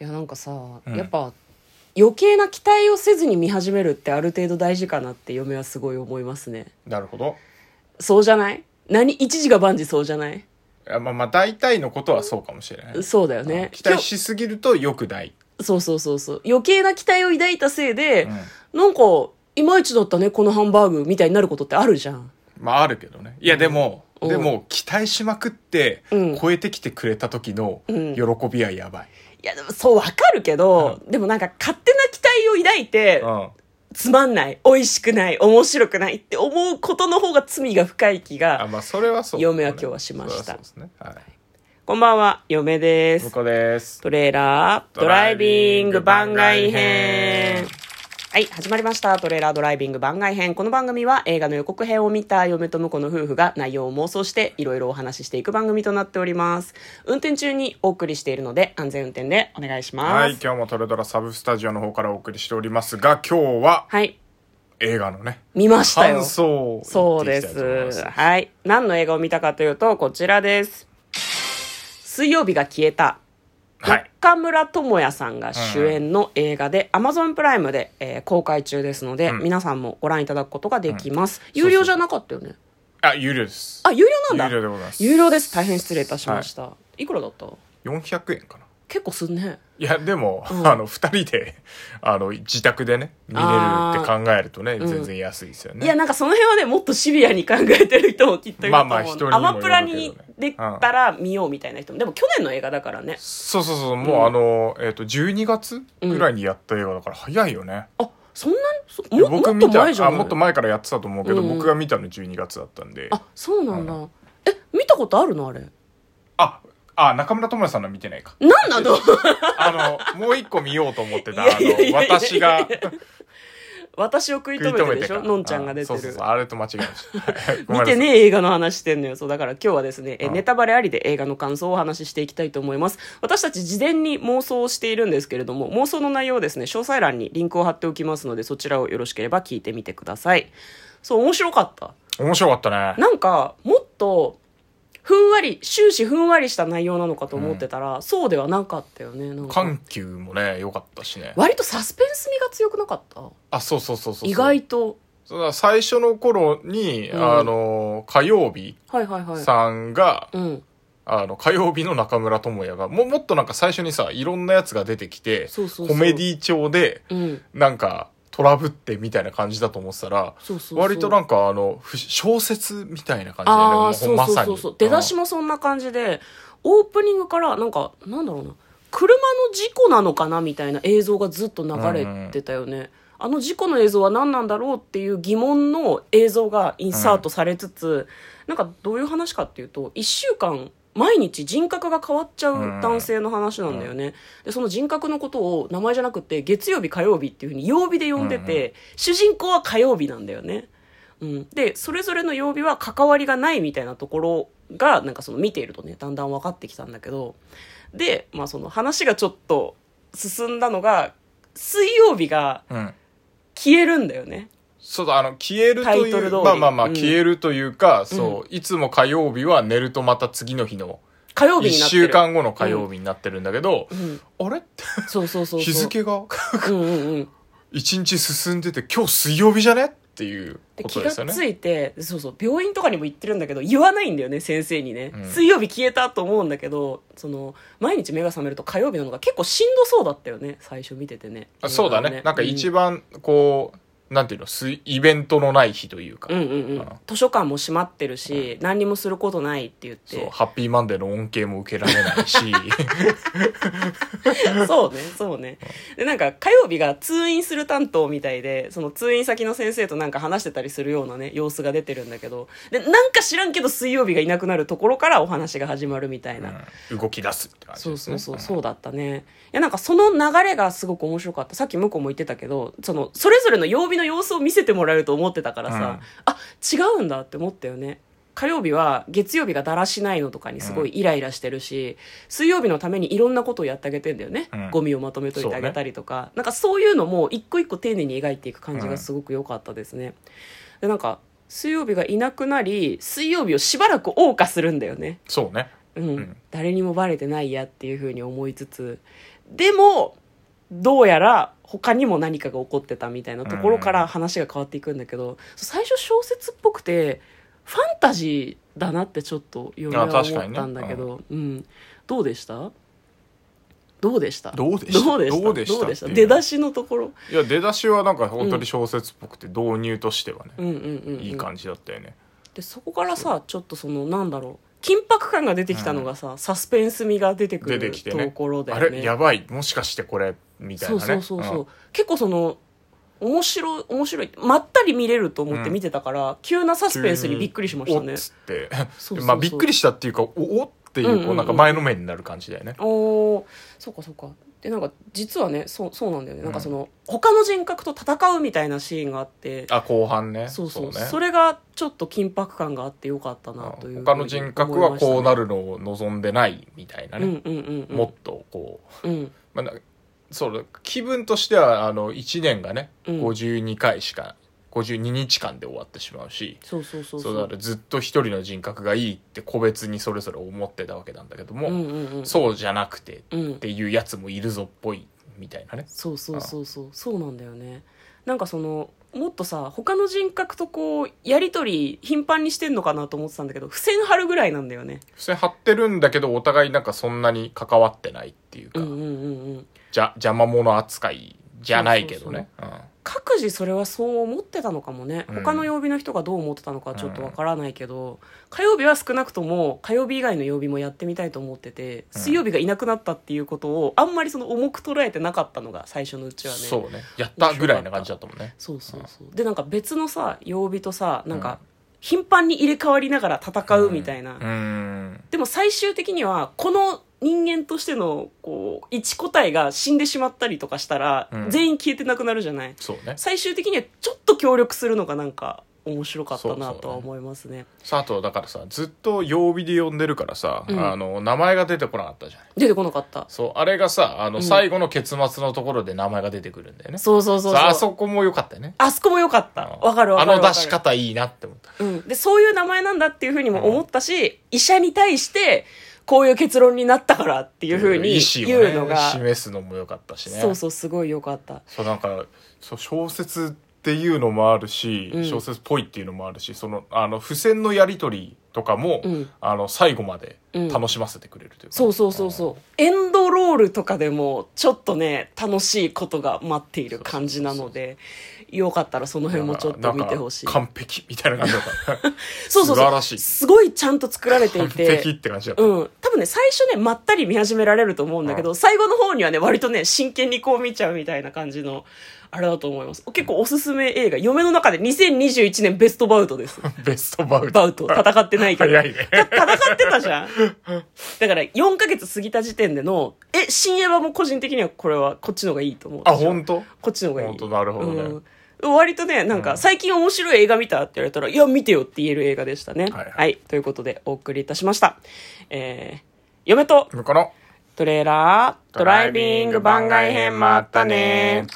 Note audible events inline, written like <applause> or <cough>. いやなんかさ、うんやっぱ余計な期待をせずに見始めるってある程度大事かなって嫁はすごい思いますねなるほどそうじゃない何一時が万事そうじゃないいやまあまあ大体のことはそうかもしれないそうだよね期待しすぎると良くない、そうそうそうそう余計な期待を抱いたせいで、うんなんかいまいちだったねこのハンバーグみたいになることってあるじゃんまああるけどねいやでも、うんでも期待しまくってうん超えてきてくれた時のうん喜びはやばい、いやでもそうわかるけど、でもなんか勝手な期待を抱いて、うんつまんない美味しくない面白くないって思うことの方が罪が深い気あがまあそれはそう、嫁は今日はしましたそれはそうですねはこんばんは嫁でい向すこうですトレーラードライビング番外編はい、始まりました。トレーラードライビング番外編。この番組は映画の予告編を見た嫁と婿の夫婦が内容を妄想していろいろお話ししていく番組となっております。運転中にお送りしているので安全運転でお願いします。はい今日もトレドラサブスタジオの方からお送りしておりますが今日ははい、映画のね見ましたよ。感想をそう言でっていきたいと思いますす。はい。何の映画を見たかというと、こちらです。水曜日が消えた。はい中村智也さんが主演の映画で、Amazon プライムで、えー公開中ですので、うん皆さんもご覧いただくことができます。う有料じゃなかったよね。あ有料ですあ、有料なんだ。有料でございます有料です。大変失礼いたしました。い、くらだった400円かな結構すんね。いやでも、うんあの2人であの自宅でね見れるって考えるとねー全然安いですよね、いや、なんかその辺はね、もっとシビアに考えてる人もきっといると思う。まあまあ人にもよアるけどねマプラにできたら見ようみたいな人も。でも去年の映画だからね。そうそうそうもう、あの、えっと12月ぐらいにやった映画だから早いよね、あ、そんなそいやももっと前じゃあないもっと前からやってたと思うけど、うんうん僕が見たの12月だったんであそうなんだ、うえ見たことあるのあれああ中村智也さんの見 <laughs> てないかなんなのあのもう一個見ようと思ってたあいやいやいやいのや私が私を食い食い止めて止るめでてしかょらのんちゃんが出てあるそうそうそうあれと間違え <laughs> ました、はいごめ見んなさいてねえ映画の話してんのよそうだから今日はですねえうんネタバレありで映画の感想をお話ししていきたいと思います私たち事前に妄想をしているんですけれども妄想の内容をですね詳細欄にリンクを貼っておきますのでそちらをよろしければ聞いてみてくださいそう面白かった面白かったねなんかもっとふんわり終始ふんわりした内容なのかと思ってたら、そうではなかったよねなんか緩急もね良かったしね割とサスペンス味が強くなかったあそうそうそうそう意外とそうだ最初の頃に、うんあの火曜日はいはいはいさんが、うんあの火曜日の中村智也がももっとなんか最初にさいろんなやつが出てきてそうそうそうコメディ調でうんなんかトラブってみたいな感じだと思ってたらそうそうそう割となんかあのふ小説みたいな感じだよねあもあうそうそうそうそう出だしもそんな感じでオープニングからなんかなんだろうな車の事故なのかなみたいな映像がずっと流れてたよね、あの事故の映像は何なんだろうっていう疑問の映像がインサートされつつ、なんかどういう話かっていうと1週間毎日人格が変わっちゃう男性の話なんだよね、でその人格のことを名前じゃなくて月曜日火曜日っていうふうに曜日で呼んでて、主人公は火曜日なんだよねうん、でそれぞれの曜日は関わりがないみたいなところがなんかその見ているとねだんだん分かってきたんだけどで、まあ、その話がちょっと進んだのが水曜日がうん、うん消えるんだよねそうだあの消えるとタイトいルう通りまあまあまあ、うん消えるというかそういつも火曜日は寝るとまた次の日の火曜日1になってる週間後の火曜日になってるんだけど、うん、あれってそうそうそうそう日付が <laughs> うんうんうん一日進んでて今日水曜日じゃねっていうでこと気でがすよねついてそうそう病院とかにも行ってるんだけど言わないんだよね先生にね、うん水曜日消えたと思うんだけどその毎日目が覚めると火曜日なのが結構しんどそうだったよね最初見ててねあそうだねなんかう一番こう、なんていうの水イベントのない日というか、うんうんううんん、図書館も閉まってるし、何にもすることないって言っそうてハッピーマンデーの恩恵も受けられないし <laughs> そうねそうねでなんか火曜日が通院する担当みたいでその通院先の先生となんか話してたりするようなね様子が出てるんだけどでなんか知らんけど水曜日がいなくなるところからお話が始まるみたいな、うん動き出すって感じそうですそうねそうそうだったねいやなんかその流れがすごく面白かったさっき向こうも言ってたけどそのそれぞれの曜日の様子を見せてもらえると思ってたからさ、うんあ違うんだって思ったよね火曜日は月曜日がだらしないのとかにすごいイライラしてるし、水曜日のためにいろんなことをやってあげてんだよね、うんゴミをまとめといてあげたりとか、なんかそういうのも一個一個丁寧に描いていく感じがすごく良かったですね、でなんか水曜日がいなくなり水曜日をしばらく謳歌するんだよねそうねうんん誰にもバレてないやっていうふうに思いつつでもどうやら他にも何かが起こってたみたいなところから話が変わっていくんだけど、最初小説っぽくてファンタジーだなってちょっと読みはあ思確かにっねたんだけど、うん、どうでしたどうでしたどうでしたどうでしたどうでしたどうでしたってい出うだしのところ、いや出だしはなんか本当に小説っぽくて導入としてはね、うんうんうんうん、いい感じだったよね、でそこからさちょっとそのなんだろう緊迫感が出てきたのがさ、サスペンス味が出てく出てるきてねところだあよねれやばいもしかしてこれみたいなそうねそうそうそう、うん結構その面白い面白いまったり見れると思って見てたから、急なサスペンスにびっくりしました急におねっつってそうそうそうまあびっくりしたっていうかおおっていう,、うんうんうんこうなんか前のめりになる感じだよねおーそうかそうかでなんか実はねそうそうなんだよね、なんかその他の人格と戦うみたいなシーンがあってあ後半ねそうそうそねれがちょっと緊迫感があってよかったなというふううんに他の人格はこうなるるのを望んでないみたいなうんね、うんうんうんもっとこううんまあな、そうだ気分としてはあの1年がね、うん52回しか52日間で終わってしまうしそうそうそうそうだからずっと一人の人格がいいって個別にそれぞれ思ってたわけなんだけども、うんうんうんそうじゃなくてうんっていうやつもいるぞっぽいみたいなねそうそうそうそうそうなんだよねなんかそのもっとさ他の人格とこうやり取り頻繁にしてんのかなと思ってたんだけど付箋貼るぐらいなんだよねそれ張ってるんだけどお互いなんかそんなに関わってないっていうか、うんうんうんうんじゃ邪魔者扱いじゃないけどねうん各自それはそう思ってたのかもね、うん他の曜日の人がどう思ってたのかはちょっとわからないけど、火曜日は少なくとも火曜日以外の曜日もやってみたいと思っててうん水曜日がいなくなったっていうことをあんまりその重く捉えてなかったのが最初のうちはねそうねやったぐらいな感じだったもんねそうそうそう、でなんか別のさ曜日とさなんか頻繁に入れ替わりながら戦うみたいな、うんでも最終的にはこの人間としてのこう一個体が死んでしまったりとかしたら、うん全員消えてなくなるじゃないそうね最終的にはちょっと協力するのがなんか面白かったなそうそうとは思いますねさあとだからさずっと曜日で呼んでるからさ、うんあの名前が出てこなかったじゃん出てこなかったそうあれがさあの、うん最後の結末のところで名前が出てくるんだよねそうそうそうさそうああそこも良かったよねあそこも良かったうんわかるわかるあのわかる出し方いいなって思ったうん、でそういう名前なんだっていうふうにも思ったし、医者に対してこういう結論になったからっていうふうに意思言をうねのが、示すのも良かったしねそうそうすごい良かったそうなんかそう小説っていうのもあるし、うん小説っぽいっていうのもあるしそのあの付箋のやり取りとかも、うんあの最後までうん楽しませてくれるというか、そうそうそううんそうエンドロールとかでもちょっとね楽しいことが待っている感じなのでよかったらその辺もちょっと見てほしいなんか完璧みたいな感じだったそうそう素そ晴うらしいすごいちゃんと作られてい <laughs> 完て璧って感じだった、うん、多分ね最初ねまったり見始められると思うんだけど、最後の方にはね割とね真剣にこう見ちゃうみたいな感じのあれだと思います結構おすすめ映画嫁の中で2021年ベストバウトです <laughs> ベストバウトバウト戦ってないけど早いねだ戦ってたじゃんだから4ヶ月過ぎた時点でのえ新エヴァも個人的にはこれはこっちの方がいいと思うあ本当こっちの方がいい本当なるほどねうん割とねなんか最近面白い映画見たって言われたら、いや見てよって言える映画でしたねはいはいということでお送りいたしましたえー嫁と向こうのトレーラードライビング番外編もあったね